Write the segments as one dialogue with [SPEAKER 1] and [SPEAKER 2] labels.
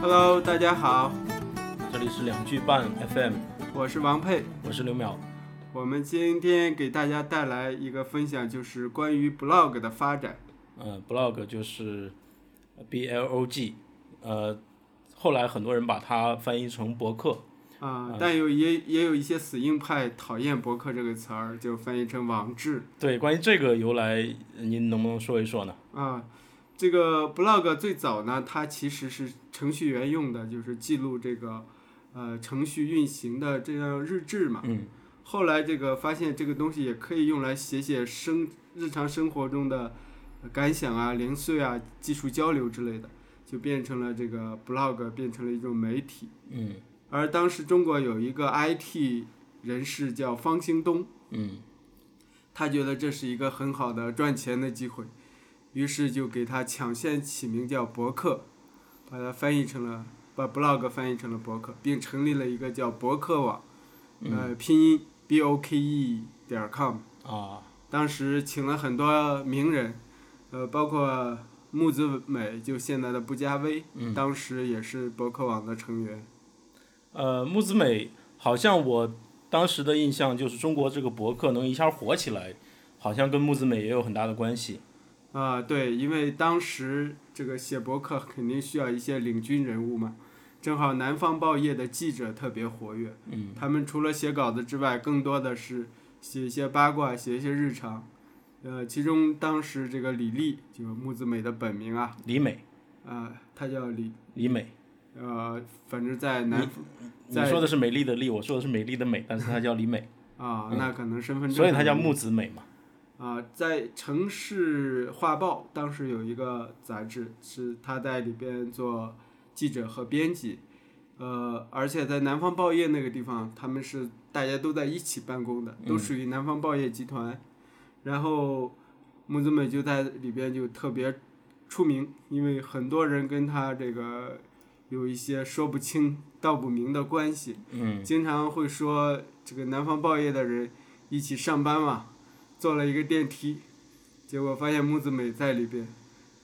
[SPEAKER 1] Hello，大家好，
[SPEAKER 2] 这里是两句半 FM，
[SPEAKER 1] 我是王佩。
[SPEAKER 2] 我是刘淼。
[SPEAKER 1] 我们今天给大家带来一个分享，就是关于 blog 的发展。
[SPEAKER 2] 呃，blog 就是呃 B L O G，呃，后来很多人把它翻译成博客，
[SPEAKER 1] 啊、但有也也有一些死硬派讨厌“博客”这个词儿，就翻译成网志。
[SPEAKER 2] 对，关于这个由来，您能不能说一说呢？
[SPEAKER 1] 啊，这个 blog 最早呢，它其实是程序员用的，就是记录这个呃程序运行的这样日志嘛。
[SPEAKER 2] 嗯。
[SPEAKER 1] 后来这个发现这个东西也可以用来写写生日常生活中的感想啊、零碎啊、技术交流之类的，就变成了这个 blog 变成了一种媒体。
[SPEAKER 2] 嗯
[SPEAKER 1] 而当时中国有一个 IT 人士叫方兴东。
[SPEAKER 2] 嗯
[SPEAKER 1] 他觉得这是一个很好的赚钱的机会，于是就给他抢先起名叫博客，把它翻译成了把 blog 翻译成了博客，并成立了一个叫博客网，呃，拼音 b o k e 点 com。
[SPEAKER 2] 啊
[SPEAKER 1] 当时请了很多名人，呃，包括木子美，就现在的布加威，
[SPEAKER 2] 嗯
[SPEAKER 1] 当时也是博客网的成员。
[SPEAKER 2] 呃，木子美好像我当时的印象就是中国这个博客能一下火起来，好像跟木子美也有很大的关系。
[SPEAKER 1] 啊、对，因为当时这个写博客肯定需要一些领军人物嘛，正好南方报业的记者特别活跃，
[SPEAKER 2] 嗯
[SPEAKER 1] 他们除了写稿子之外，更多的是写一些八卦，写一些日常。呃，其中当时这个李丽，就是木子美的本名啊，
[SPEAKER 2] 李美，
[SPEAKER 1] 啊，她叫李，
[SPEAKER 2] 李美，
[SPEAKER 1] 呃，反正在南
[SPEAKER 2] 你
[SPEAKER 1] 在
[SPEAKER 2] 说的是美丽的丽，我说的是美丽的美，但是她叫李美，
[SPEAKER 1] 啊、那可能身份证，
[SPEAKER 2] 嗯所以她叫木子美嘛。
[SPEAKER 1] 啊、在城市画报当时有一个杂志，是他在里边做记者和编辑，呃，而且在南方报业那个地方，他们是大家都在一起办公的，都属于南方报业集团。然后木子美就在里边就特别出名，因为很多人跟他这个有一些说不清道不明的关系。
[SPEAKER 2] 嗯
[SPEAKER 1] 经常会说这个南方报业的人一起上班嘛，坐了一个电梯，结果发现木子美在里边，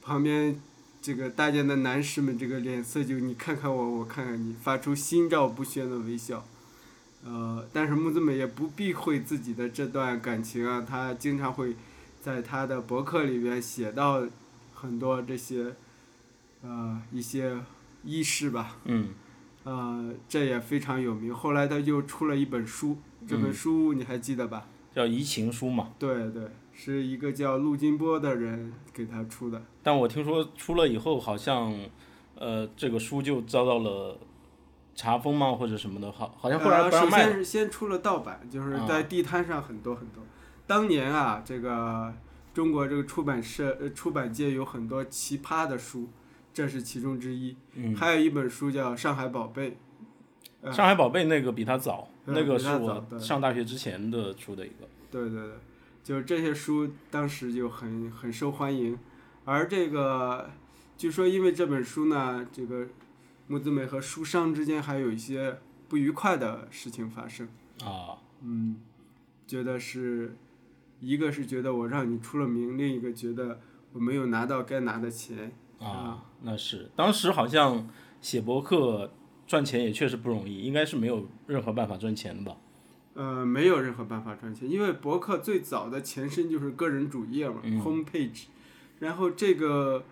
[SPEAKER 1] 旁边这个大家的男士们这个脸色就你看看我，我看看你，发出心照不宣的微笑。呃，但是木子美也不避讳自己的这段感情啊，她经常会在她的博客里边写到很多这些，呃，一些轶事吧，
[SPEAKER 2] 嗯
[SPEAKER 1] 呃，这也非常有名。后来他就出了一本书，这
[SPEAKER 2] 嗯
[SPEAKER 1] 本书你还记得吧？
[SPEAKER 2] 叫移情书嘛。
[SPEAKER 1] 对对，是一个叫陆金波的人给他出的。
[SPEAKER 2] 但我听说出了以后，好像呃这个书就遭到了查封嘛，或者什么的，好好像后来
[SPEAKER 1] 呃
[SPEAKER 2] 不让
[SPEAKER 1] 首
[SPEAKER 2] 卖
[SPEAKER 1] 先
[SPEAKER 2] 了。
[SPEAKER 1] 是先出了盗版，就是
[SPEAKER 2] 啊
[SPEAKER 1] 在地摊上很多很多。当年啊，这个中国这个出版社、呃、出版界有很多奇葩的书，这是其中之一。
[SPEAKER 2] 嗯，
[SPEAKER 1] 还有一本书叫《上海宝贝》，呃
[SPEAKER 2] 上海宝贝那个比它早，
[SPEAKER 1] 嗯
[SPEAKER 2] 那个是
[SPEAKER 1] 比它早
[SPEAKER 2] 我
[SPEAKER 1] 对
[SPEAKER 2] 上大学之前的出的一个。
[SPEAKER 1] 对对对，就是这些书当时就很很受欢迎，而这个据说因为这本书呢，这个木子美和书商之间还有一些不愉快的事情发生。
[SPEAKER 2] 啊，
[SPEAKER 1] 嗯，觉得是一个是觉得我让你出了名，另一个觉得我没有拿到该拿的钱。嗯
[SPEAKER 2] 啊，那是当时好像写博客赚钱也确实不容易，应该是没有任何办法赚钱的吧？
[SPEAKER 1] 呃，没有任何办法赚钱，因为博客最早的前身就是个人主页嘛、
[SPEAKER 2] 嗯
[SPEAKER 1] h o m e page，然后这个、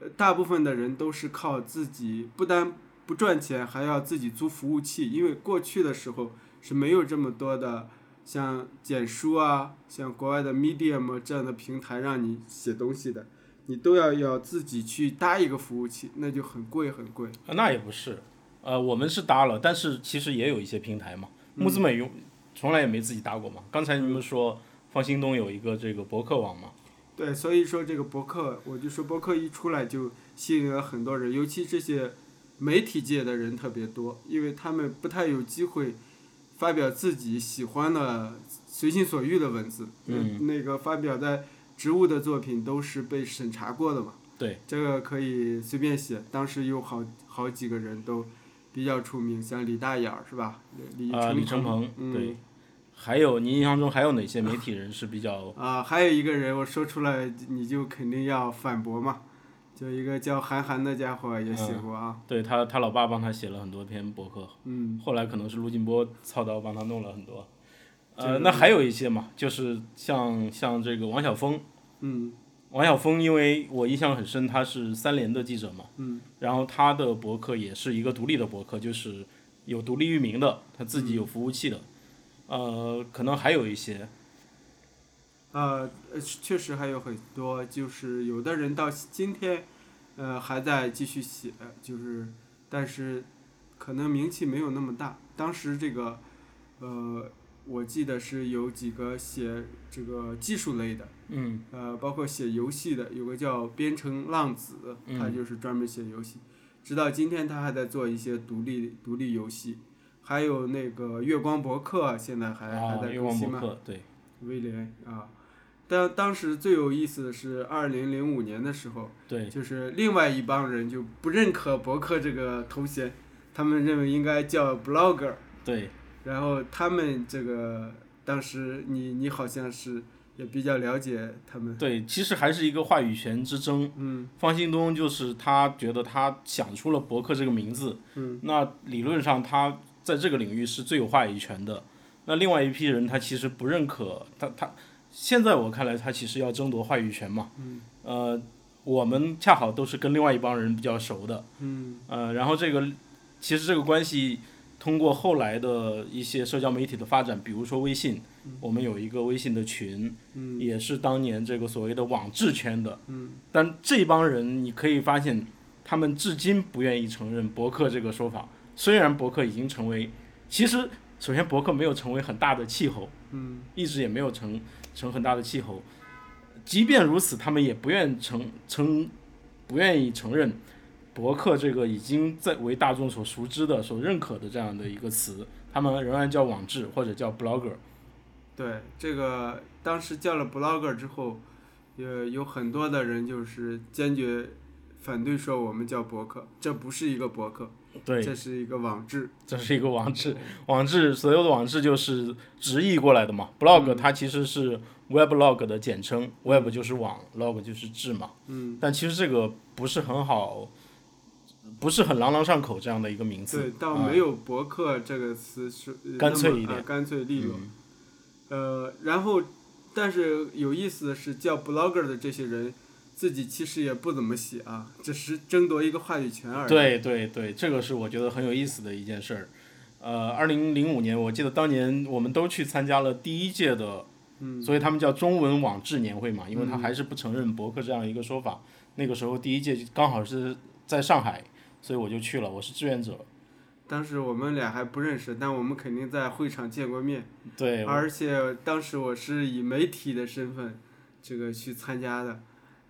[SPEAKER 1] 呃、大部分的人都是靠自己，不单不赚钱，还要自己租服务器，因为过去的时候是没有这么多的像简书啊，像国外的 Medium 啊这样的平台让你写东西的，你都要要自己去搭一个服务器，那就很贵很贵。
[SPEAKER 2] 啊，那也不是，呃，我们是搭了，但是其实也有一些平台嘛，
[SPEAKER 1] 嗯
[SPEAKER 2] 木子美用从来也没自己搭过嘛。刚才你们说方兴东有一个这个博客网嘛。
[SPEAKER 1] 对，所以说这个博客，我就说博客一出来就吸引了很多人，尤其这些媒体界的人特别多，因为他们不太有机会发表自己喜欢的、随心所欲的文字。
[SPEAKER 2] 嗯
[SPEAKER 1] 那，那个发表在植物的作品都是被审查过的嘛。
[SPEAKER 2] 对，
[SPEAKER 1] 这个可以随便写。当时有好好几个人都比较出名，像李大眼儿是吧？李
[SPEAKER 2] 啊，李
[SPEAKER 1] 承
[SPEAKER 2] 承鹏，
[SPEAKER 1] 嗯、
[SPEAKER 2] 对，还有您印象中还有哪些媒体人是比较
[SPEAKER 1] 啊，还有一个人，我说出来你就肯定要反驳嘛，就一个叫韩寒的家伙也写过啊，
[SPEAKER 2] 对他，他老爸帮他写了很多篇博客，
[SPEAKER 1] 嗯，
[SPEAKER 2] 后来可能是陆静波操刀帮他弄了很多。
[SPEAKER 1] 这
[SPEAKER 2] 呃
[SPEAKER 1] 个，
[SPEAKER 2] 那还有一些嘛，就是像像这个王晓峰，
[SPEAKER 1] 嗯
[SPEAKER 2] 王晓峰，因为我印象很深，他是三联的记者嘛，
[SPEAKER 1] 嗯，
[SPEAKER 2] 然后他的博客也是一个独立的博客，就是有独立域名的，他自
[SPEAKER 1] 嗯
[SPEAKER 2] 己有服务器的，呃，可能还有一些，
[SPEAKER 1] 呃，呃确实还有很多，就是有的人到今天，呃，还在继续写，就是，但是可能名气没有那么大。当时这个，呃，我记得是有几个写这个技术类的，
[SPEAKER 2] 嗯
[SPEAKER 1] 呃，包括写游戏的，有个叫边城浪子，他
[SPEAKER 2] 嗯
[SPEAKER 1] 就是专门写游戏。直到今天，他还在做一些独立独立游戏，还有那个月光博客，现在还、
[SPEAKER 2] 啊
[SPEAKER 1] 还，在
[SPEAKER 2] 月
[SPEAKER 1] 更
[SPEAKER 2] 光
[SPEAKER 1] 新嘛？
[SPEAKER 2] 博客，对，
[SPEAKER 1] 威廉啊。但当时最有意思的是，二零零五年的时候，
[SPEAKER 2] 对，
[SPEAKER 1] 就是另外一帮人就不认可博客这个头衔，他们认为应该叫 blogger。
[SPEAKER 2] 对，
[SPEAKER 1] 然后他们这个当时你你好像是也比较了解他们，
[SPEAKER 2] 对，其实还是一个话语权之争。
[SPEAKER 1] 嗯
[SPEAKER 2] 方兴东就是他觉得他想出了博客这个名字，
[SPEAKER 1] 嗯
[SPEAKER 2] 那理论上他在这个领域是最有话语权的。那另外一批人他其实不认可他他，现在我看来他其实要争夺话语权嘛。
[SPEAKER 1] 嗯
[SPEAKER 2] 呃，我们恰好都是跟另外一帮人比较熟的，
[SPEAKER 1] 嗯
[SPEAKER 2] 呃，然后这个其实这个关系通过后来的一些社交媒体的发展，比如说微信，我们有一个微信的群，
[SPEAKER 1] 嗯
[SPEAKER 2] 也是当年这个所谓的网志圈的。
[SPEAKER 1] 嗯
[SPEAKER 2] 但这帮人，你可以发现，他们至今不愿意承认博客这个说法。虽然博客已经成为，其实首先博客没有成为很大的气候，
[SPEAKER 1] 嗯
[SPEAKER 2] 一直也没有成成很大的气候。即便如此，他们也不愿承承不愿意承认博客这个已经在为大众所熟知的、所认可的这样的一个词，他们仍然叫网志或者叫 blogger。
[SPEAKER 1] 对，这个当时叫了 blogger 之后，也有很多的人就是坚决反对说我们叫博客，这不是一个博客，
[SPEAKER 2] 对，
[SPEAKER 1] 这是一个网志。
[SPEAKER 2] 这是一个网志，网志所有的网志就是直译过来的嘛。blog 它其实是 weblog 的简称，web 就是网，log 就是志嘛。
[SPEAKER 1] 嗯，
[SPEAKER 2] 但其实这个不是很好，不是很朗朗上口这样的一个名字。
[SPEAKER 1] 对，倒
[SPEAKER 2] 啊
[SPEAKER 1] 没有博客这个词是呃
[SPEAKER 2] 干
[SPEAKER 1] 那
[SPEAKER 2] 脆
[SPEAKER 1] 么
[SPEAKER 2] 一
[SPEAKER 1] 啊
[SPEAKER 2] 点
[SPEAKER 1] 干脆利落。
[SPEAKER 2] 嗯
[SPEAKER 1] 呃，然后，但是有意思的是，叫 blogger 的这些人自己其实也不怎么写啊，只是争夺一个话语权而已。，
[SPEAKER 2] 对对对，这个是我觉得很有意思的一件事儿。呃，二零零五年，我记得当年我们都去参加了第一届的，
[SPEAKER 1] 嗯
[SPEAKER 2] 所以他们叫中文网志年会嘛，因为他
[SPEAKER 1] 嗯
[SPEAKER 2] 还是不承认博客这样一个说法。那个时候第一届就刚好是在上海，所以我就去了，我是志愿者。
[SPEAKER 1] 当时我们俩还不认识，但我们肯定在会场见过面。
[SPEAKER 2] 对，我
[SPEAKER 1] 而且当时我是以媒体的身份，这个去参加的。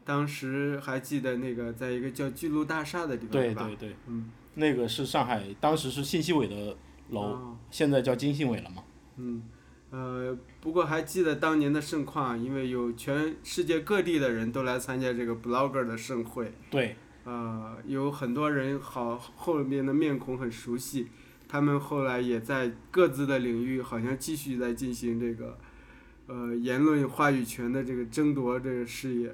[SPEAKER 1] 当时还记得那个，在一个叫巨鹿大厦的地方
[SPEAKER 2] 对
[SPEAKER 1] 吧？
[SPEAKER 2] 对对，
[SPEAKER 1] 嗯，
[SPEAKER 2] 那个是上海，当时是信息委的楼，
[SPEAKER 1] 哦
[SPEAKER 2] 现在叫经信委了嘛。
[SPEAKER 1] 嗯，呃，不过还记得当年的盛况，啊因为有全世界各地的人都来参加这个 blogger 的盛会，
[SPEAKER 2] 对，
[SPEAKER 1] 呃，有很多人好后面的面孔很熟悉，他们后来也在各自的领域好像继续在进行这个，呃，言论话语权的这个争夺这个事业。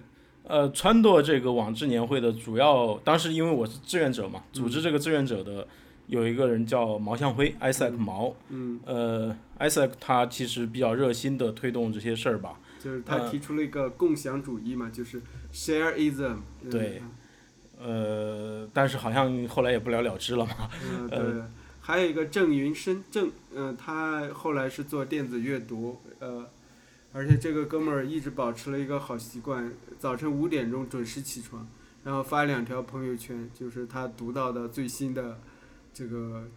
[SPEAKER 2] 呃，川舵这个网志年会的主要，当时因为我是志愿者嘛，组织这个志愿者的有一个人叫毛向辉，Isaac 毛，
[SPEAKER 1] 嗯，
[SPEAKER 2] 呃，Isaac 他其实比较热心的推动这些事儿吧。
[SPEAKER 1] 就是
[SPEAKER 2] 嗯
[SPEAKER 1] 他提出了一个共享主义嘛，就是 shareism 嗯。
[SPEAKER 2] 对 呃，但是好像后来也不了了之了嘛。
[SPEAKER 1] 嗯，对。还有一个郑云生，郑，嗯、他后来是做电子阅读，呃，而且这个哥们儿一直保持了一个好习惯，早晨五点钟准时起床，然后发两条朋友圈，就是他读到的最新的这个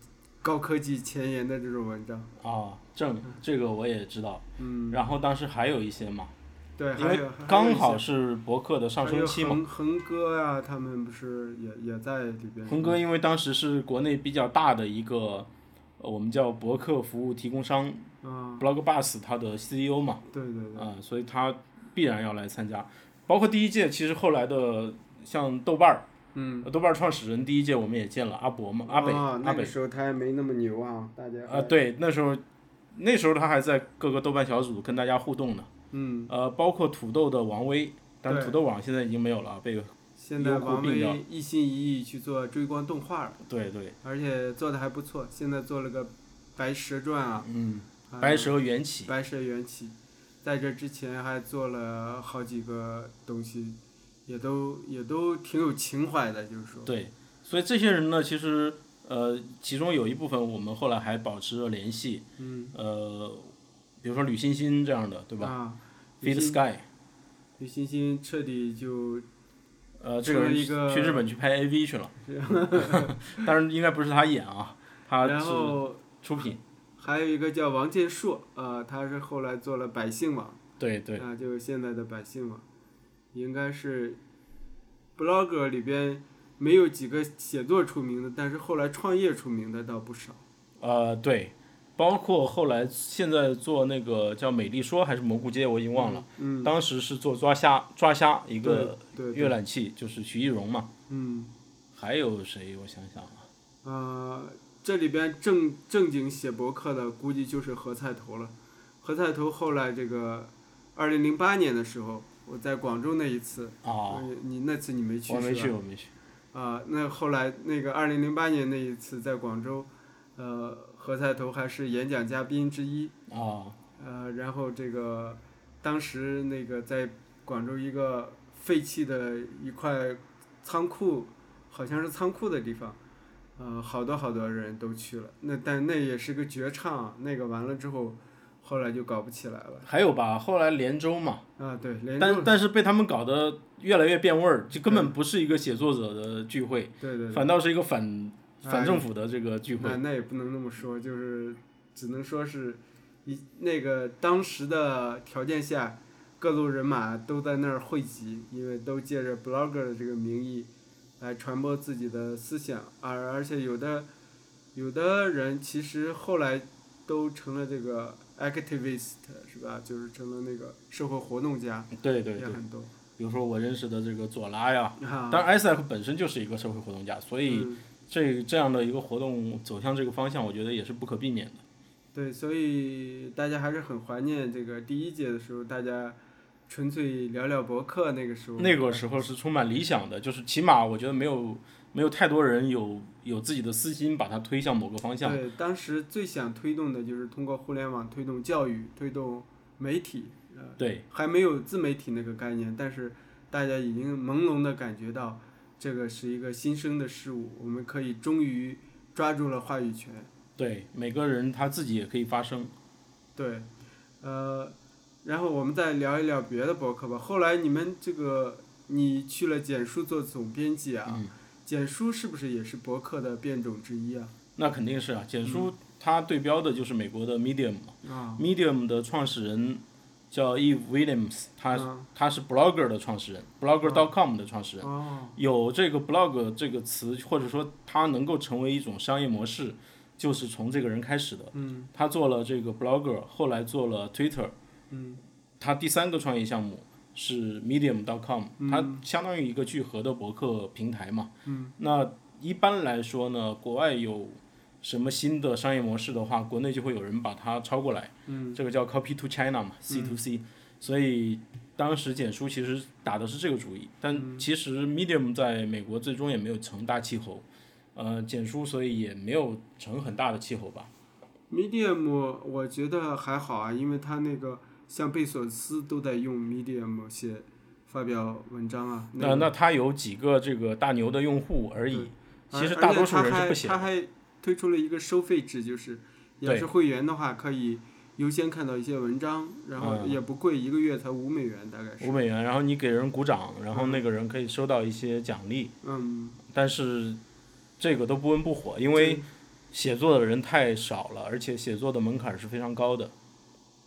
[SPEAKER 1] 高科技前沿的这种文章。
[SPEAKER 2] 啊，正这个我也知道。
[SPEAKER 1] 嗯，
[SPEAKER 2] 然后当时还有一些嘛，
[SPEAKER 1] 对，
[SPEAKER 2] 因
[SPEAKER 1] 还
[SPEAKER 2] 为
[SPEAKER 1] 有
[SPEAKER 2] 刚好是博客的上升期嘛。
[SPEAKER 1] 嘛，恒恒哥呀、他们不是也也在里边。
[SPEAKER 2] 鹏哥因为当时是国内比较大的一个，呃我们叫博客服务提供商
[SPEAKER 1] 啊，
[SPEAKER 2] Blogbus 它的 CEO 嘛，
[SPEAKER 1] 对对对，
[SPEAKER 2] 啊、所以他必然要来参加。包括第一届，其实后来的像豆瓣儿，
[SPEAKER 1] 嗯，
[SPEAKER 2] 豆瓣儿创始人第一届我们也见了阿伯嘛，阿北，
[SPEAKER 1] 啊，
[SPEAKER 2] 阿
[SPEAKER 1] 那
[SPEAKER 2] 北
[SPEAKER 1] 个，时候他还没那么牛啊，大家
[SPEAKER 2] 啊，，对，那时候那时候他还在各个豆瓣小组跟大家互动呢，
[SPEAKER 1] 嗯，
[SPEAKER 2] 呃，包括土豆的王威，但
[SPEAKER 1] 对
[SPEAKER 2] 土豆网现在已经没有了，被
[SPEAKER 1] 现在
[SPEAKER 2] 优酷
[SPEAKER 1] 王
[SPEAKER 2] 并掉
[SPEAKER 1] 威一心一意去做追光动画了，
[SPEAKER 2] 对对，
[SPEAKER 1] 而且做的还不错。现在做了个《白蛇传》啊，
[SPEAKER 2] 嗯，
[SPEAKER 1] 还有
[SPEAKER 2] 白蛇缘起，
[SPEAKER 1] 白蛇缘起，在这之前还做了好几个东西，也都也都挺有情怀的，就是说，
[SPEAKER 2] 对，所以这些人呢，其实呃，其中有一部分我们后来还保持了联系，
[SPEAKER 1] 嗯，
[SPEAKER 2] 呃，比如说吕欣欣这样的，呃对吧
[SPEAKER 1] 啊，
[SPEAKER 2] ？Feed
[SPEAKER 1] 吕欣
[SPEAKER 2] Sky，
[SPEAKER 1] 吕欣欣彻底就
[SPEAKER 2] 呃，这个人
[SPEAKER 1] 成了一个
[SPEAKER 2] 去日本去拍 AV 去 了， 当然应该不是他演啊，他
[SPEAKER 1] 然
[SPEAKER 2] 是
[SPEAKER 1] 后
[SPEAKER 2] 出品，
[SPEAKER 1] 还有一个叫王建硕，啊，他是后来做了百姓网，
[SPEAKER 2] 对对，
[SPEAKER 1] 啊，就是现在的百姓网，应该是 blogger 里边没有几个写作出名的，但是后来创业出名的倒不少。
[SPEAKER 2] 呃对，包括后来现在做那个叫美丽说还是蘑菇街，我已经忘了，
[SPEAKER 1] 嗯，
[SPEAKER 2] 当时是做抓虾抓虾一
[SPEAKER 1] 一
[SPEAKER 2] 个
[SPEAKER 1] 对，对
[SPEAKER 2] 阅览器，就是徐艺荣嘛，
[SPEAKER 1] 嗯。
[SPEAKER 2] 还有谁？我想想啊，
[SPEAKER 1] 呃，这里边正正经写博客的，估计就是何菜头了。何菜头后来这个，二零零八年的时候，我在广州那一次，
[SPEAKER 2] 啊，
[SPEAKER 1] 呃你那次你没去
[SPEAKER 2] 我没
[SPEAKER 1] 是
[SPEAKER 2] 去，
[SPEAKER 1] 吧？
[SPEAKER 2] 我没去。
[SPEAKER 1] 啊、那后来那个二零零八年那一次在广州，呃，何菜头还是演讲嘉宾之一。
[SPEAKER 2] 啊，
[SPEAKER 1] 呃，然后这个当时那个在广州一个废弃的一块仓库，好像是仓库的地方，呃，好多好多人都去了。那但那也是个绝唱啊，那个完了之后，后来就搞不起来了。
[SPEAKER 2] 还有吧，后来连州嘛，
[SPEAKER 1] 啊，对，连嗯
[SPEAKER 2] 但
[SPEAKER 1] 州
[SPEAKER 2] 但是被他们搞得越来越变味儿，就根本不是一个写作者的聚会，
[SPEAKER 1] 对对对，
[SPEAKER 2] 反倒是一个反
[SPEAKER 1] 哎
[SPEAKER 2] 反政府的这个聚会
[SPEAKER 1] 那。那也不能那么说，就是只能说是一那个当时的条件下，各路人马都在那儿汇集，因为都借着 blogger 的这个名义来传播自己的思想，而而且有的有的人其实后来都成了这个 activist 是吧？就是成了那个社会活动家
[SPEAKER 2] 对对
[SPEAKER 1] 也
[SPEAKER 2] 对，
[SPEAKER 1] 很多。
[SPEAKER 2] 比如说我认识的这个左拉呀，
[SPEAKER 1] 啊，
[SPEAKER 2] 当然 ISF 本身就是一个社会活动家，所以
[SPEAKER 1] 嗯
[SPEAKER 2] 这这样的一个活动走向这个方向，我觉得也是不可避免的。
[SPEAKER 1] 对，所以大家还是很怀念这个第一届的时候，大家纯粹聊聊博客那个时候。
[SPEAKER 2] 那个时候是充满理想的，就是起码我觉得没有没有太多人有有自己的私心把它推向某个方向。
[SPEAKER 1] 对，当时最想推动的就是通过互联网推动教育、推动媒体，呃，
[SPEAKER 2] 对
[SPEAKER 1] 还没有自媒体那个概念，但是大家已经朦胧的感觉到这个是一个新生的事物，我们可以终于抓住了话语权。
[SPEAKER 2] 对，每个人他自己也可以发声。
[SPEAKER 1] 对，呃，然后我们再聊一聊别的博客吧。后来你们这个，你去了简书做总编辑啊，
[SPEAKER 2] 嗯
[SPEAKER 1] 简书是不是也是博客的变种之一啊？
[SPEAKER 2] 那肯定是啊，简书它对标的就是美国的 Medium 嘛、
[SPEAKER 1] 嗯啊，
[SPEAKER 2] m e d i u m 的创始人叫 Eve Williams，他、
[SPEAKER 1] 嗯
[SPEAKER 2] 他是 Blogger 的创始人，Blogger.com 的创始人。
[SPEAKER 1] 啊哦，
[SPEAKER 2] 有这个 blog 这个词，或者说它能够成为一种商业模式，就是从这个人开始的。
[SPEAKER 1] 嗯
[SPEAKER 2] 他做了这个 blogger，后来做了 Twitter，
[SPEAKER 1] 嗯
[SPEAKER 2] 他第三个创业项目是 Medium.com，
[SPEAKER 1] 嗯
[SPEAKER 2] 它相当于一个聚合的博客平台嘛。
[SPEAKER 1] 嗯
[SPEAKER 2] 那一般来说呢，国外有什么新的商业模式的话，国内就会有人把它抄过来，
[SPEAKER 1] 嗯
[SPEAKER 2] 这个叫 copy to China 嘛，C to C。所以当时简书其实打的是这个主意，但
[SPEAKER 1] 嗯
[SPEAKER 2] 其实 Medium 在美国最终也没有成大气候，呃，简书所以也没有成很大的气候吧。
[SPEAKER 1] ，Medium 我觉得还好啊，因为它那个像贝索斯都在用 Medium 写发表文章啊。
[SPEAKER 2] 那那它有几个这个大牛的用户而已，
[SPEAKER 1] 而
[SPEAKER 2] 其实大多数人是不
[SPEAKER 1] 而且
[SPEAKER 2] 写
[SPEAKER 1] 他
[SPEAKER 2] 的。
[SPEAKER 1] 还他还推出了一个收费制，就是你要
[SPEAKER 2] 对
[SPEAKER 1] 是会员的话，可以优先看到一些文章，然后
[SPEAKER 2] 嗯
[SPEAKER 1] 也不贵，一个月才五美元，大概是。
[SPEAKER 2] 五美元，然后你给人鼓掌，然后那个人可以收到一些奖励，
[SPEAKER 1] 嗯，
[SPEAKER 2] 但是这个都不温不火，因为写作的人太少了，而且写作的门槛是非常高的。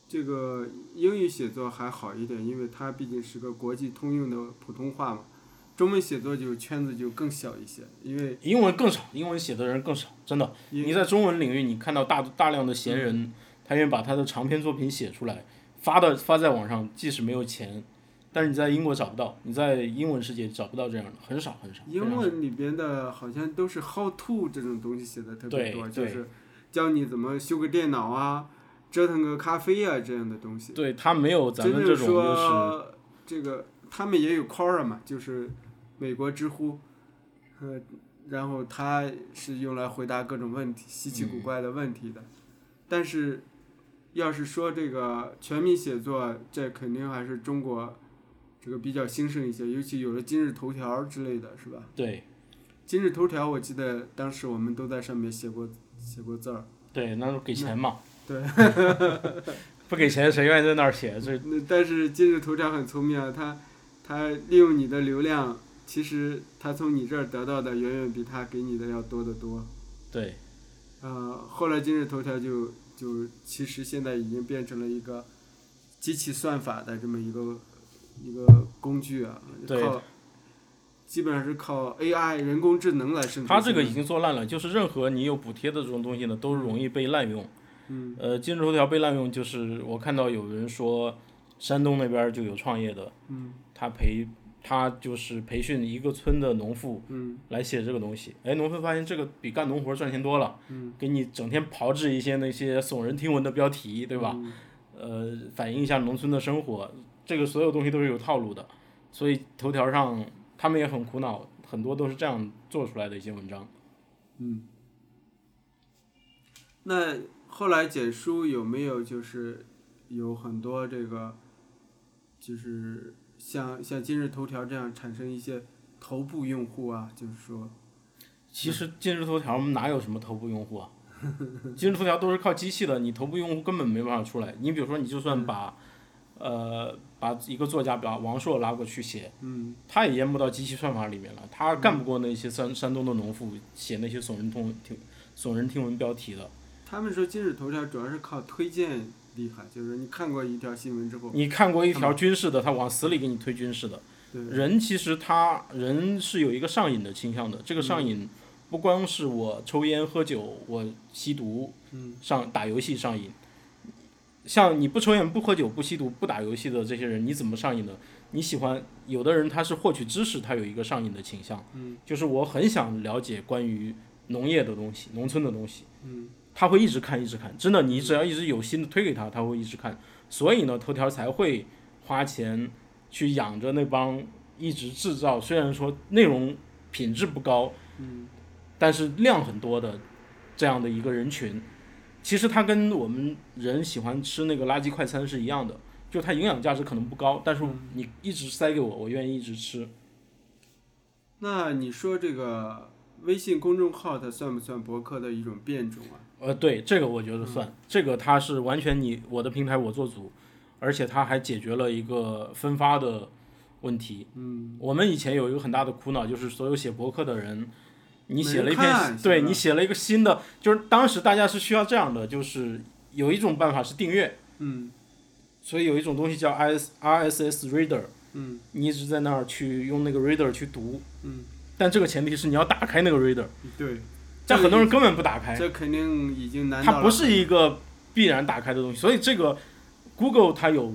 [SPEAKER 1] 这个英语写作还好一点，因为它毕竟是个国际通用的普通话嘛。中文写作就圈子就更小一些，因为
[SPEAKER 2] 英文更少，英文写的人更少，真的。
[SPEAKER 1] 因
[SPEAKER 2] 你在中文领域，你看到大大量的闲人，
[SPEAKER 1] 嗯
[SPEAKER 2] 他愿意把他的长篇作品写出来，发到发在网上，即使没有钱，但是你在英国找不到，你在英文世界找不到这样的，很少很少。非常
[SPEAKER 1] 英文里边的好像都是 how to 这种东西写的特别
[SPEAKER 2] 对
[SPEAKER 1] 多，就
[SPEAKER 2] 对
[SPEAKER 1] 是教你怎么修个电脑啊，折腾个咖啡啊这样的东西。
[SPEAKER 2] 对他没有咱
[SPEAKER 1] 真
[SPEAKER 2] 们
[SPEAKER 1] 正
[SPEAKER 2] 这种就是
[SPEAKER 1] 说这个，他们也有 Quora 嘛，就是美国知乎，呃，然后它是用来回答各种问题、稀奇古
[SPEAKER 2] 嗯
[SPEAKER 1] 怪的问题的。但是，要是说这个全民写作，这肯定还是中国这个比较兴盛一些，尤其有了今日头条之类的，是吧？
[SPEAKER 2] 对
[SPEAKER 1] 今日头条，我记得当时我们都在上面写过写过字儿。
[SPEAKER 2] 对，那就给钱嘛。
[SPEAKER 1] 对，
[SPEAKER 2] 不给钱谁愿意在那儿写？这
[SPEAKER 1] 那但是今日头条很聪明啊，它它利用你的流量，其实它从你这儿得到的远远比它给你的要多得多。
[SPEAKER 2] 对
[SPEAKER 1] 呃，后来今日头条就就其实现在已经变成了一个机器算法的这么一个一个工具啊，
[SPEAKER 2] 对
[SPEAKER 1] 靠基本上是靠 AI 人工智能来生成。
[SPEAKER 2] 他这个已经做烂了，就是任何你有补贴的这种东西呢，都容易被滥用。
[SPEAKER 1] 嗯
[SPEAKER 2] 呃，今日头条被滥用，就是我看到有人说，山东那边儿就有创业的，
[SPEAKER 1] 嗯
[SPEAKER 2] 他培他就是培训一个村的农妇
[SPEAKER 1] 嗯
[SPEAKER 2] 来写这个东西，哎，农夫发现这个比干农活儿赚钱多了，
[SPEAKER 1] 嗯，
[SPEAKER 2] 给你整天炮制一些那些耸人听闻的标题，对吧？
[SPEAKER 1] 嗯
[SPEAKER 2] 呃，反映一下农村的生活，这个所有东西都是有套路的，所以头条上他们也很苦恼，很多都是这样做出来的一些文章。
[SPEAKER 1] 嗯，那后来简书有没有就是有很多这个，就是像像今日头条这样产生一些头部用户啊？就是说，
[SPEAKER 2] 其实今日头条哪有什么头部用户啊？ 今日头条都是靠机器的，你头部用户根本没办法出来。你比如说，你就算把，呃，把一个作家把王朔拉过去写，
[SPEAKER 1] 嗯
[SPEAKER 2] 他也淹没到机器算法里面了，他干不过那些山山东的农妇写那些耸人听听耸人听闻标题的。
[SPEAKER 1] 他们说今日头条主要是靠推荐厉害，就是你看过一条新闻之后，
[SPEAKER 2] 你看过一条军事的，他往死里给你推军事的。
[SPEAKER 1] 对，
[SPEAKER 2] 人其实他人是有一个上瘾的倾向的，这个
[SPEAKER 1] 嗯
[SPEAKER 2] 上瘾不光是我抽烟喝酒，我吸毒
[SPEAKER 1] 嗯
[SPEAKER 2] 上打游戏上瘾。像你不抽烟、不喝酒、不吸毒、不打游戏的这些人，你怎么上瘾呢？你喜欢有的人他是获取知识，他有一个上瘾的倾向，
[SPEAKER 1] 嗯
[SPEAKER 2] 就是我很想了解关于农业的东西、农村的东西，
[SPEAKER 1] 嗯
[SPEAKER 2] 他会一直看、一直看。真的，你只要一直有心的推给他，他会一直看。所以呢，头条才会花钱去养着那帮一直制造，虽然说内容品质不高，
[SPEAKER 1] 嗯
[SPEAKER 2] 但是量很多的这样的一个人群，其实它跟我们人喜欢吃那个垃圾快餐是一样的，就它营养价值可能不高，但是你一直塞给我，我愿意一直吃。
[SPEAKER 1] 那你说这个微信公众号它算不算博客的一种变种啊？
[SPEAKER 2] 呃，对，这个我觉
[SPEAKER 1] 嗯
[SPEAKER 2] 得算，这个它是完全你我的平台我做主，而且它还解决了一个分发的问题。
[SPEAKER 1] 嗯
[SPEAKER 2] 我们以前有一个很大的苦恼，就是所有写博客的人，你写了一
[SPEAKER 1] 没
[SPEAKER 2] 篇
[SPEAKER 1] 人看，
[SPEAKER 2] 对
[SPEAKER 1] 是吧
[SPEAKER 2] 你写了一个新的，就是当时大家是需要这样的，就是有一种办法是订阅。
[SPEAKER 1] 嗯
[SPEAKER 2] 所以有一种东西叫 R S R S S Reader，
[SPEAKER 1] 嗯
[SPEAKER 2] 你一直在那儿去用那个 Reader 去读，
[SPEAKER 1] 嗯，
[SPEAKER 2] 但这个前提是你要打开那个 Reader，
[SPEAKER 1] 对，
[SPEAKER 2] 但很多人根本不打开，
[SPEAKER 1] 这肯定已经难到
[SPEAKER 2] 它
[SPEAKER 1] 了
[SPEAKER 2] 不是一个必然打开的东西，所以这个 Google 它有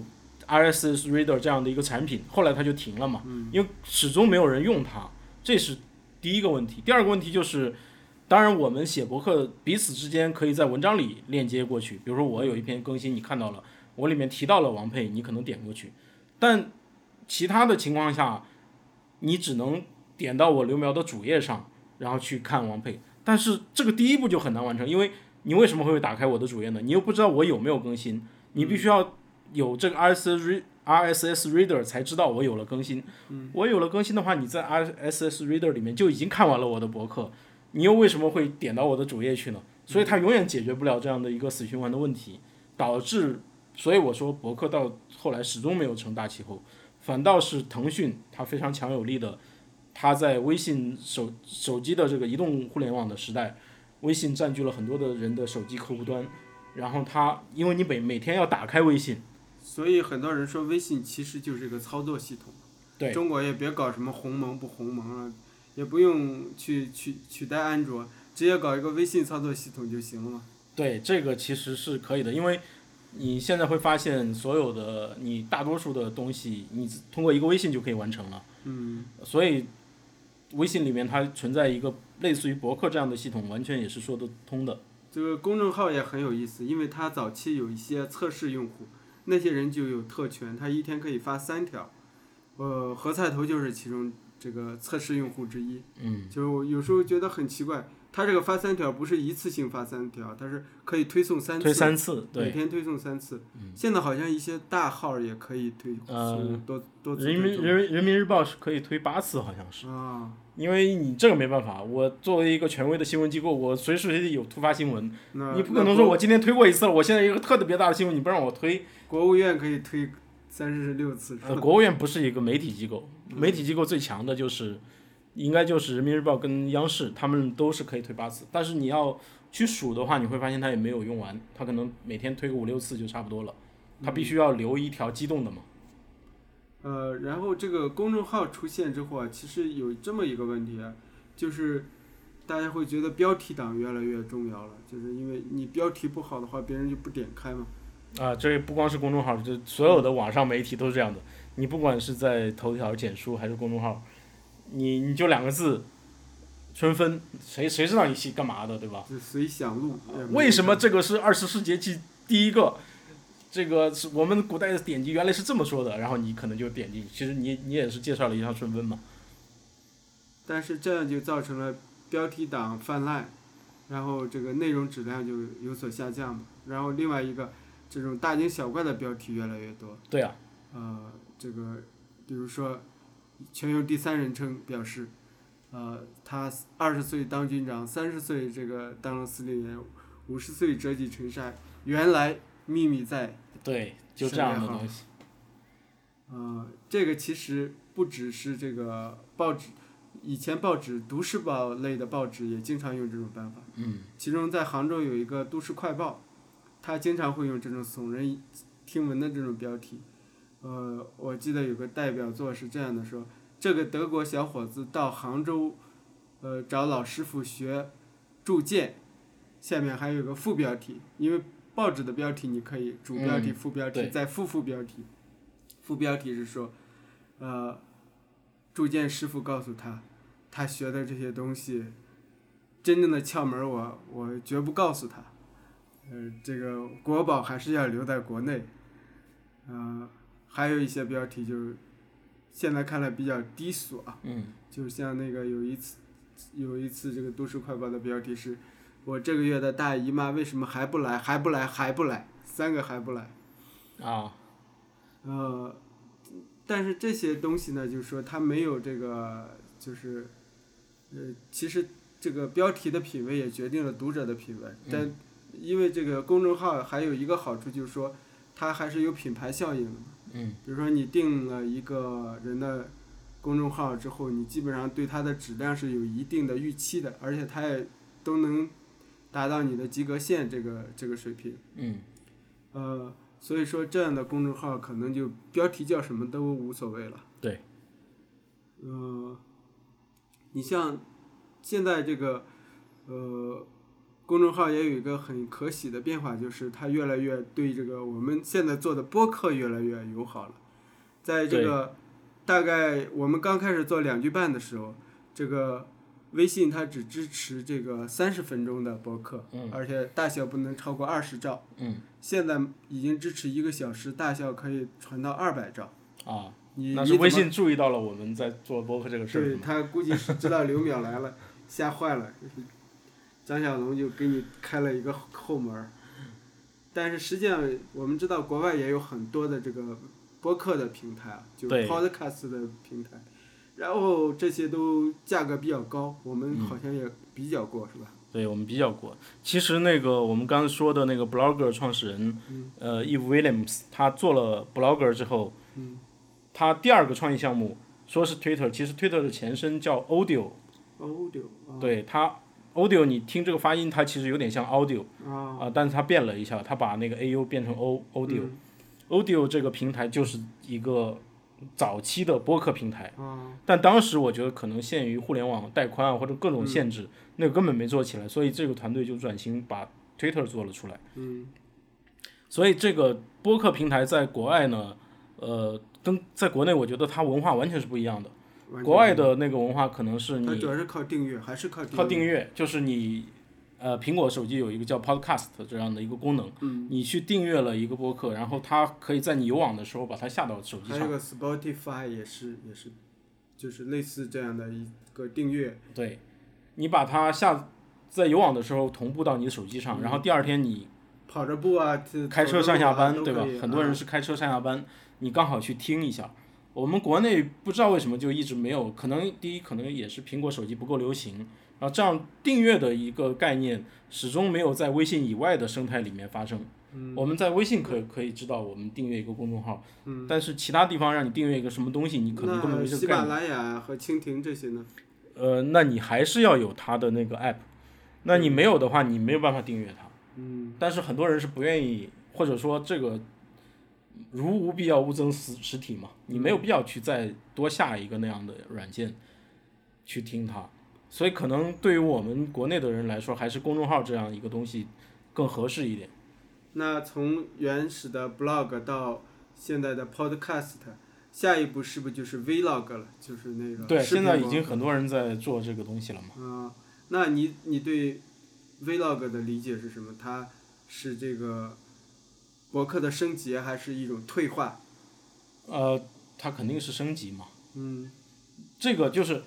[SPEAKER 2] R S S Reader 这样的一个产品，后来它就停了嘛，
[SPEAKER 1] 嗯
[SPEAKER 2] 因为始终没有人用它，这是第一个问题。第二个问题就是，当然我们写博客彼此之间可以在文章里链接过去，比如说我有一篇更新你看到了，我里面提到了王佩，你可能点过去，但其他的情况下，你只能点到我刘苗的主页上，然后去看王佩。但是这个第一步就很难完成，因为你为什么会打开我的主页呢？你又不知道我有没有更新，你必须要有这个 RSS RSS Reader 才知道我有了更新。我有了更新的话，你在 RSS Reader 里面就已经看完了我的博客，你又为什么会点到我的主页去呢？所以它永远解决不了这样的一个死循环的问题，导致，所以我说博客到后来始终没有成大气候，反倒是腾讯它非常强有力的，它在微信手手机的这个移动互联网的时代，微信占据了很多的人的手机客户端，然后它因为你每每天要打开微信，
[SPEAKER 1] 所以很多人说微信其实就是一个操作系统。
[SPEAKER 2] 对
[SPEAKER 1] 中国也别搞什么鸿蒙不鸿蒙了，也不用去去取代安卓，直接搞一个微信操作系统就行了嘛。
[SPEAKER 2] 对，这个其实是可以的，因为你现在会发现，所有的你大多数的东西，你通过一个微信就可以完成了。
[SPEAKER 1] 嗯
[SPEAKER 2] 所以，微信里面它存在一个类似于博客这样的系统，完全也是说得通的。
[SPEAKER 1] 这个公众号也很有意思，因为它早期有一些测试用户，那些人就有特权，他一天可以发三条。呃，何菜头就是其中这个测试用户之一。
[SPEAKER 2] 嗯
[SPEAKER 1] 就是我有时候觉得很奇怪，它这个发三条不是一次性发三条，它是可以推送三次，
[SPEAKER 2] 推三次，
[SPEAKER 1] 每
[SPEAKER 2] 对，
[SPEAKER 1] 天推送三次。
[SPEAKER 2] 嗯
[SPEAKER 1] 现在好像一些大号也可以推送、
[SPEAKER 2] 呃
[SPEAKER 1] 多多次
[SPEAKER 2] 人民
[SPEAKER 1] 推
[SPEAKER 2] 人民人民日报是可以推八次，好像是，
[SPEAKER 1] 送啊，
[SPEAKER 2] 因为你这个没办法，我作为一个权威的新闻机构，我随时随地有突发新闻，
[SPEAKER 1] 那
[SPEAKER 2] 你不
[SPEAKER 1] 那
[SPEAKER 2] 可能说我今天推过一次了，我现在一个特别大的新闻你不让我推，
[SPEAKER 1] 国务院可以推三十六次，
[SPEAKER 2] 呃，国务院不是一个媒体机构，媒体机构最强的就是，应该就是人民日报跟央视，他们都是可以推八次，但是你要去数的话，你会发现它也没有用完，它可能每天推个五六次就差不多了，它必须要留一条机动的嘛。
[SPEAKER 1] 呃，然后这个公众号出现之后啊，其实有这么一个问题啊，就是大家会觉得标题党越来越重要了，就是因为你标题不好的话，别人就不点开嘛。
[SPEAKER 2] 啊，这不光是公众号，这所有的网上媒体都是这样的。你不管是在头条、简书还是公众号，你你就两个字，春分，谁谁知道你是干嘛的，对吧？
[SPEAKER 1] 就随想录。也没
[SPEAKER 2] 啊为
[SPEAKER 1] 有
[SPEAKER 2] 什么
[SPEAKER 1] 看
[SPEAKER 2] 这个是二十世纪期第一个？这个是我们古代的典籍原来是这么说的，然后你可能就点进去。其实你你也是介绍了一下春分嘛，
[SPEAKER 1] 但是这样就造成了标题党泛滥，然后这个内容质量就有所下降嘛。然后另外一个，这种大惊小怪的标题越来越多。
[SPEAKER 2] 对啊，
[SPEAKER 1] 呃，这个比如说，全用第三人称表示，呃，他二十岁当军长，三十岁这个当了司令员，五十岁折戟沉沙，原来秘密在
[SPEAKER 2] 对，就这
[SPEAKER 1] 省略
[SPEAKER 2] 样的
[SPEAKER 1] 号
[SPEAKER 2] 东西。
[SPEAKER 1] 呃，这个其实不只是这个报纸，以前报纸《都市报》类的报纸也经常用这种办法。
[SPEAKER 2] 嗯，
[SPEAKER 1] 其中在杭州有一个《都市快报》，它经常会用这种耸人听闻的这种标题。呃，我记得有个代表作是这样的说：这个德国小伙子到杭州，呃，找老师傅学铸剑。下面还有个副标题，因为报纸的标题你可以主标题、
[SPEAKER 2] 嗯
[SPEAKER 1] 副标题
[SPEAKER 2] 对
[SPEAKER 1] 再副副标题。副标题是说，呃，铸剑师傅告诉他，他学的这些东西，真正的窍门儿我我绝不告诉他，呃，这个国宝还是要留在国内，呃，还有一些标题就是现在看来比较低俗啊，
[SPEAKER 2] 嗯，
[SPEAKER 1] 就像那个有一次有一次这个都市快报的标题是，我这个月的大姨妈为什么还不来还不来还不来三个还不来。
[SPEAKER 2] 啊，
[SPEAKER 1] 呃，但是这些东西呢，就是说它没有这个，就是，呃，其实这个标题的品味也决定了读者的品味。但因为这个公众号还有一个好处就是说，它还是有品牌效应的。
[SPEAKER 2] 嗯，
[SPEAKER 1] 比如说你定了一个人的公众号之后，你基本上对它的质量是有一定的预期的，而且它也都能达到你的及格线这个这个水平。
[SPEAKER 2] 嗯，
[SPEAKER 1] 呃，所以说这样的公众号可能就标题叫什么都无所谓了。
[SPEAKER 2] 对。
[SPEAKER 1] 呃，你像现在这个呃公众号也有一个很可喜的变化，就是它越来越对这个我们现在做的播客越来越友好了。在这
[SPEAKER 2] 对
[SPEAKER 1] 个大概我们刚开始做两句半的时候，这个微信它只支持这个三十分钟的播客，
[SPEAKER 2] 嗯
[SPEAKER 1] 而且大小不能超过二十兆。
[SPEAKER 2] 嗯，
[SPEAKER 1] 现在已经支持一个小时大小可以传到二百兆。
[SPEAKER 2] 啊，
[SPEAKER 1] 你
[SPEAKER 2] 那
[SPEAKER 1] 你
[SPEAKER 2] 是
[SPEAKER 1] 怎么
[SPEAKER 2] 微信注意到了我们在做播客这个事儿
[SPEAKER 1] 对
[SPEAKER 2] 吗，
[SPEAKER 1] 他估计是知道刘淼来了，吓坏了，张小龙就给你开了一个后门儿。但是实际上，我们知道国外也有很多的这个播客的平台啊，就是
[SPEAKER 2] 对
[SPEAKER 1] podcast 的平台，然后这些都价格比较高，我
[SPEAKER 2] 嗯
[SPEAKER 1] 们好像也比较过，是吧？
[SPEAKER 2] 对我们比较过。其实那个我们刚刚说的那个 Blogger 创始人，呃，Eve Williams，他做了 Blogger 之后，
[SPEAKER 1] 嗯
[SPEAKER 2] 他第二个创业项目说是 Twitter，其实 Twitter 的前身叫 Audio，、
[SPEAKER 1] ，audio 啊
[SPEAKER 2] 对它 Audio，你听这个发音，它其实有点像 Audio 啊、
[SPEAKER 1] 啊
[SPEAKER 2] 但是它变了一下，它把那个 AU 变成 O Audio，Audio、
[SPEAKER 1] 嗯
[SPEAKER 2] Audio 这个平台就是一个早期的播客平台。
[SPEAKER 1] 啊
[SPEAKER 2] 但当时我觉得可能限于互联网带宽啊或者各种
[SPEAKER 1] 嗯
[SPEAKER 2] 限制，那个根本没做起来，所以这个团队就转型把 Twitter 做了出来。
[SPEAKER 1] 嗯
[SPEAKER 2] 所以这个播客平台在国外呢，呃，跟在国内我觉得它文化完全是不一样的。
[SPEAKER 1] 完全
[SPEAKER 2] 国外的那个文化可能是
[SPEAKER 1] 它主
[SPEAKER 2] 你
[SPEAKER 1] 要是靠订阅，还是靠
[SPEAKER 2] 靠订阅，就是你呃苹果手机有一个叫 Podcast 这样的一个功能，
[SPEAKER 1] 嗯，
[SPEAKER 2] 你去订阅了一个播客，然后它可以在你有网的时候把它下到手机
[SPEAKER 1] 还
[SPEAKER 2] 上
[SPEAKER 1] 有。个 Spotify 也是也是就是类似这样的一个订阅。
[SPEAKER 2] 对，你把它下在有网的时候同步到你的手机
[SPEAKER 1] 嗯
[SPEAKER 2] 上，然后第二天你
[SPEAKER 1] 跑着步啊，这
[SPEAKER 2] 开车上下班，
[SPEAKER 1] 走着
[SPEAKER 2] 对
[SPEAKER 1] 路啊
[SPEAKER 2] 吧
[SPEAKER 1] 都可以？
[SPEAKER 2] 很多人
[SPEAKER 1] 啊
[SPEAKER 2] 是开车上下班，你刚好去听一下。我们国内不知道为什么就一直没有，可能第一可能也是苹果手机不够流行，然后这样订阅的一个概念始终没有在微信以外的生态里面发生。
[SPEAKER 1] 嗯
[SPEAKER 2] 我们在微信可可以知道我们订阅一个公众号，但是其他地方让你订阅一个什么东西，你可能根
[SPEAKER 1] 嗯
[SPEAKER 2] 本
[SPEAKER 1] 啊那
[SPEAKER 2] 没这
[SPEAKER 1] 喜
[SPEAKER 2] 个概
[SPEAKER 1] 马
[SPEAKER 2] 念。
[SPEAKER 1] 拉雅和蜻蜓这些呢？
[SPEAKER 2] 呃，那你还是要有它的那个 app，那你没有的话，你没有办法订阅它。
[SPEAKER 1] 嗯，
[SPEAKER 2] 但是很多人是不愿意，或者说这个如无必要，勿增实实体嘛，你没有必要去再多下一个那样的软件去听它，所以可能对于我们国内的人来说，还是公众号这样一个东西更合适一点。
[SPEAKER 1] 那从原始的 blog 到现在的 podcast，下一步是不是就是 vlog 了？就是那个
[SPEAKER 2] 对，
[SPEAKER 1] 视频
[SPEAKER 2] 现在已
[SPEAKER 1] 网
[SPEAKER 2] 经很多人在做这个东西了嘛。
[SPEAKER 1] 啊、那你你对 vlog 的理解是什么？它是这个博客的升级，还是一种退化？
[SPEAKER 2] 呃，它肯定是升级嘛。
[SPEAKER 1] 嗯
[SPEAKER 2] 这个就是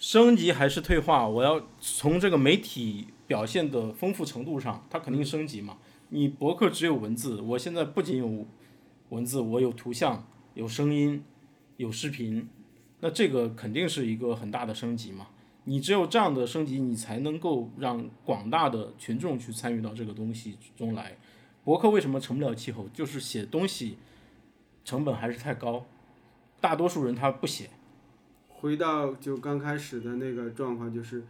[SPEAKER 2] 升级还是退化，我要从这个媒体表现的丰富程度上，它肯定升级嘛。你博客只有文字，我现在不仅有文字，我有图像、有声音、有视频，那这个肯定是一个很大的升级嘛。你只有这样的升级，你才能够让广大的群众去参与到这个东西中来。博客为什么成不了气候？就是写东西成本还是太高，大多数人他不写。
[SPEAKER 1] 回到就刚开始的那个状况，就是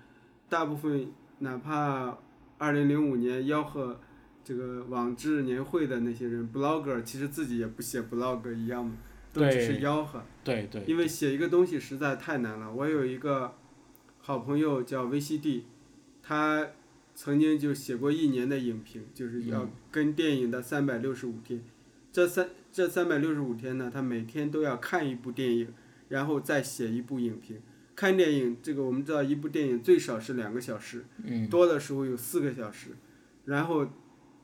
[SPEAKER 1] 大部分哪怕二零零五年吆喝这个网志年会的那些人，blogger 其实自己也不写 blog 一样嘛，都只是
[SPEAKER 2] 对
[SPEAKER 1] 吆喝。
[SPEAKER 2] 对对，
[SPEAKER 1] 因为写一个东西实在太难了。我有一个好朋友叫 VCD，他曾经就写过一年的影评，就是
[SPEAKER 2] 嗯
[SPEAKER 1] 要跟电影的三百六十五天。这三这三百六十五天呢，他每天都要看一部电影，然后再写一部影评。看电影这个我们知道，一部电影最少是两个小时，
[SPEAKER 2] 嗯，
[SPEAKER 1] 多的时候有四个小时。然后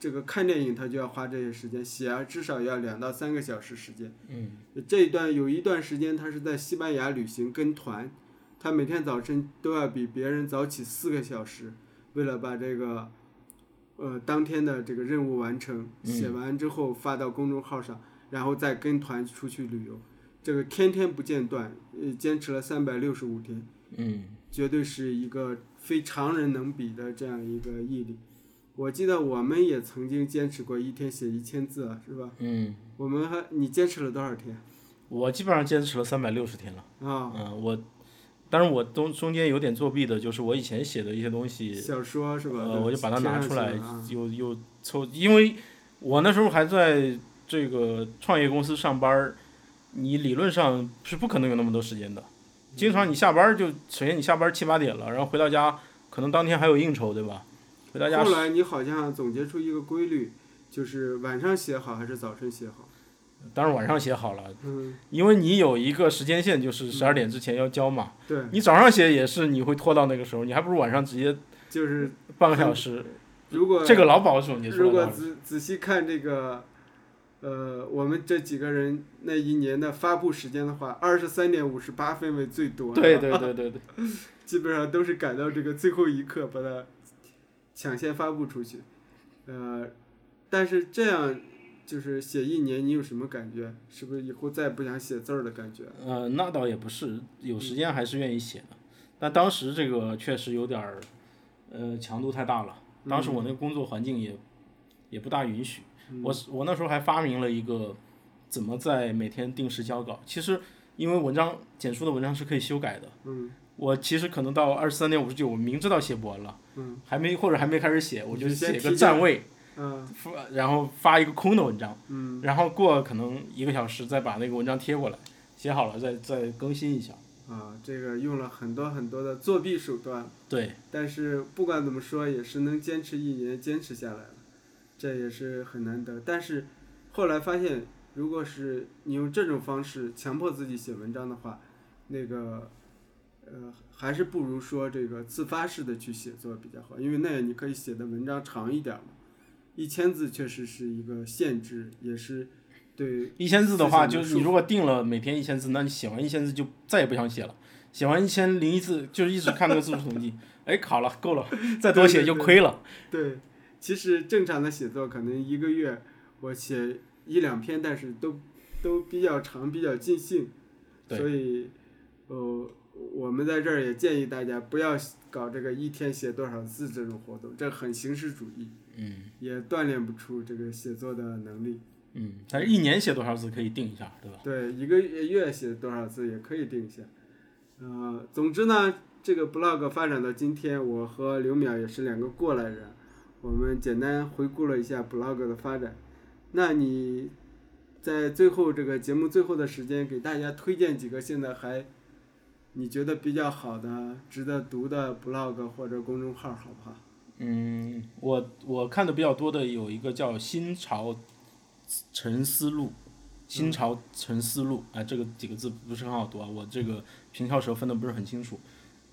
[SPEAKER 1] 这个看电影他就要花这些时间，写啊至少要两到三个小时时间。
[SPEAKER 2] 嗯，
[SPEAKER 1] 这一段有一段时间，他是在西班牙旅行跟团，他每天早晨都要比别人早起四个小时，为了把这个，呃，当天的这个任务完成，
[SPEAKER 2] 嗯
[SPEAKER 1] 写完之后发到公众号上，然后再跟团出去旅游，这个天天不间断，呃，坚持了三百六十五天，
[SPEAKER 2] 嗯
[SPEAKER 1] 绝对是一个非常人能比的这样一个毅力。我记得我们也曾经坚持过一天写一千字啊，是吧？
[SPEAKER 2] 嗯，
[SPEAKER 1] 我们还你坚持了多少天？
[SPEAKER 2] 我基本上坚持了三百六十天了。
[SPEAKER 1] 啊、
[SPEAKER 2] 嗯，我，当然我中中间有点作弊的，就是我以前写的一些东西，
[SPEAKER 1] 小说是吧？
[SPEAKER 2] 呃，我就把它拿出来
[SPEAKER 1] 贴上去了啊，
[SPEAKER 2] 又又抽，因为我那时候还在这个创业公司上班儿，你理论上是不可能有那么多时间的。经常你下班儿就，首先你下班儿七八点了，然后回到家，可能当天还有应酬，对吧？回到家
[SPEAKER 1] 后来你好像总结出一个规律，就是晚上写好还是早晨写好？
[SPEAKER 2] 当然晚上写好了，
[SPEAKER 1] 嗯，
[SPEAKER 2] 因为你有一个时间线，就是十二点之前要交嘛。
[SPEAKER 1] 对，
[SPEAKER 2] 你早上写也是，你会拖到那个时候，你还不如晚上直接
[SPEAKER 1] 就是
[SPEAKER 2] 半个小时。
[SPEAKER 1] 如果
[SPEAKER 2] 这个老保守，你
[SPEAKER 1] 如
[SPEAKER 2] 说
[SPEAKER 1] 果
[SPEAKER 2] 的道理。
[SPEAKER 1] 仔仔细看这个，呃，我们这几个人那一年的发布时间的话，二十三点五十八分为最多，
[SPEAKER 2] 对对对对对，
[SPEAKER 1] 基本上都是赶到这个最后一刻把它抢先发布出去。呃，但是这样就是写一年，你有什么感觉？是不是以后再也不想写字儿的感觉？
[SPEAKER 2] 呃，那倒也不是，有时间还是愿意写的。但当时这个确实有点儿，呃，强度太大了。当时我
[SPEAKER 1] 嗯
[SPEAKER 2] 那个工作环境也、也不大允许。我是我那时候还发明了一个怎么在每天定时交稿。其实因为文章简述的文章是可以修改的。
[SPEAKER 1] 嗯
[SPEAKER 2] 我其实可能到二十三点五十九，我明知道写不完了，
[SPEAKER 1] 嗯
[SPEAKER 2] 还没或者还没开始写，我
[SPEAKER 1] 你
[SPEAKER 2] 就
[SPEAKER 1] 就先
[SPEAKER 2] 写
[SPEAKER 1] 提
[SPEAKER 2] 个
[SPEAKER 1] 前
[SPEAKER 2] 站位，
[SPEAKER 1] 啊
[SPEAKER 2] 发然后发一个空的文章，
[SPEAKER 1] 嗯
[SPEAKER 2] 然后过可能一个小时再把那个文章贴过来，写好了再再更新一下。
[SPEAKER 1] 啊，这个用了很多很多的作弊手段，
[SPEAKER 2] 对，
[SPEAKER 1] 但是不管怎么说，也是能坚持一年坚持下来了，这也是很难得。但是后来发现，如果是你用这种方式强迫自己写文章的话，那个呃，还是不如说这个自发式的去写作比较好，因为那样你可以写的文章长一点嘛。一千字确实是一个限制，也是对
[SPEAKER 2] 一千字的话，
[SPEAKER 1] 思想
[SPEAKER 2] 就
[SPEAKER 1] 的
[SPEAKER 2] 是你
[SPEAKER 1] 束
[SPEAKER 2] 如果定了每天一千字，那你写完一千字就再也不想写了。写完一千零一字，就是一直看那个字数统计， 哎，考了，够了，再多写就亏了。
[SPEAKER 1] 对，其实正常的写作可能一个月我写一两篇，但是都都比较长，比较尽兴，
[SPEAKER 2] 对
[SPEAKER 1] 所以呃，我们在这儿也建议大家不要搞这个一天写多少字这种活动，这很形式主义，
[SPEAKER 2] 嗯
[SPEAKER 1] 也锻炼不出这个写作的能力。
[SPEAKER 2] 嗯，但是一年写多少字可以定一下，对吧？
[SPEAKER 1] 对，一个月写多少字也可以定一下。呃，总之呢，这个 blog 发展到今天，我和刘淼也是两个过来人，我们简单回顾了一下 blog 的发展。那你在最后这个节目最后的时间，给大家推荐几个现在还你觉得比较好的、值得读的 blog 或者公众号，好不好？
[SPEAKER 2] 嗯，我我看的比较多的有一个叫《新潮沉思录》，《新潮沉思录》啊、这个几个字不是很好读啊，我这个平翘舌分的不是很清楚。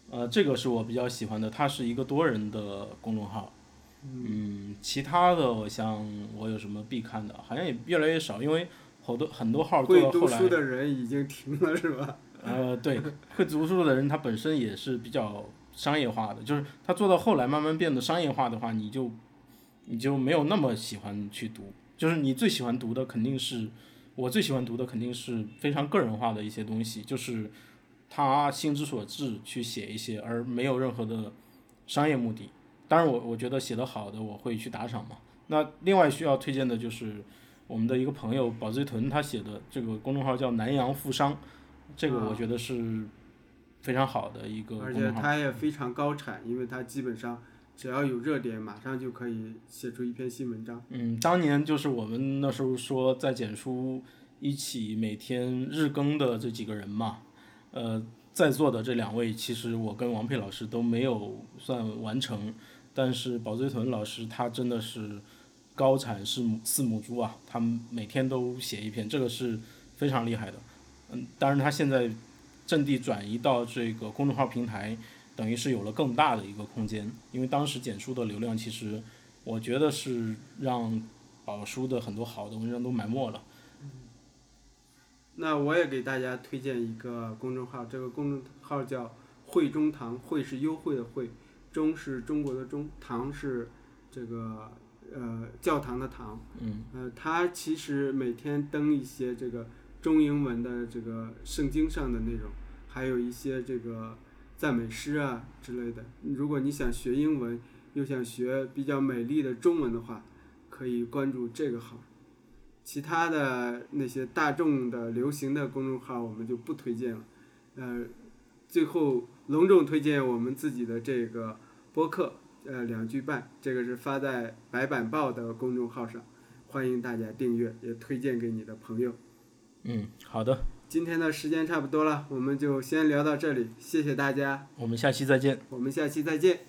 [SPEAKER 2] 呃，这个是我比较喜欢的，它是一个多人的公众号。嗯，其他的我想我有什么必看的，好像也越来越少，因为好多很多号做
[SPEAKER 1] 会
[SPEAKER 2] 到
[SPEAKER 1] 读
[SPEAKER 2] 后来
[SPEAKER 1] 书，的人已经停了，是吧？
[SPEAKER 2] 呃，对，会读书的人他本身也是比较商业化的，就是他做到后来慢慢变得商业化的话，你就你就没有那么喜欢去读，就是你最喜欢读的肯定是我最喜欢读的肯定是非常个人化的一些东西，就是他心之所至去写一些，而没有任何的商业目的。当然我，我觉得写得好的我会去打赏嘛。那另外需要推荐的就是我们的一个朋友宝醉豚，他写的这个公众号叫南洋富商，这个
[SPEAKER 1] 啊
[SPEAKER 2] 我觉得是非常好的一个
[SPEAKER 1] 而
[SPEAKER 2] 公
[SPEAKER 1] 且
[SPEAKER 2] 众号。
[SPEAKER 1] 它也非常高产，因为它基本上只要有热点，马上就可以写出一篇新文章。
[SPEAKER 2] 嗯，当年就是我们那时候说在简书一起每天日更的这几个人嘛，呃，在座的这两位，其实我跟王佩老师都没有算完成，但是宝醉豚老师他真的是高产是母四母猪啊，他们每天都写一篇，这个是非常厉害的。嗯，当然他现在阵地转移到这个公众号平台，等于是有了更大的一个空间，因为当时简书的流量其实。我觉得是让宝书的很多好的文章都埋没了。
[SPEAKER 1] 那我也给大家推荐一个公众号，这个公众号叫“惠中堂”，惠是优惠的惠，中是中国的中，堂是这个呃教堂的堂。
[SPEAKER 2] 嗯
[SPEAKER 1] 呃，它其实每天登一些这个中英文的这个圣经上的内容，还有一些这个赞美诗啊之类的。如果你想学英文，又想学比较美丽的中文的话，可以关注这个号。其他的那些大众的流行的公众号，我们就不推荐了。呃，最后隆重推荐我们自己的这个播客，呃，两句半，这个是发在白板报的公众号上。欢迎大家订阅，也推荐给你的朋友。
[SPEAKER 2] 嗯，好的，
[SPEAKER 1] 今天的时间差不多了，我们就先聊到这里，谢谢大家，
[SPEAKER 2] 我们下期再见。
[SPEAKER 1] 我们下期再见。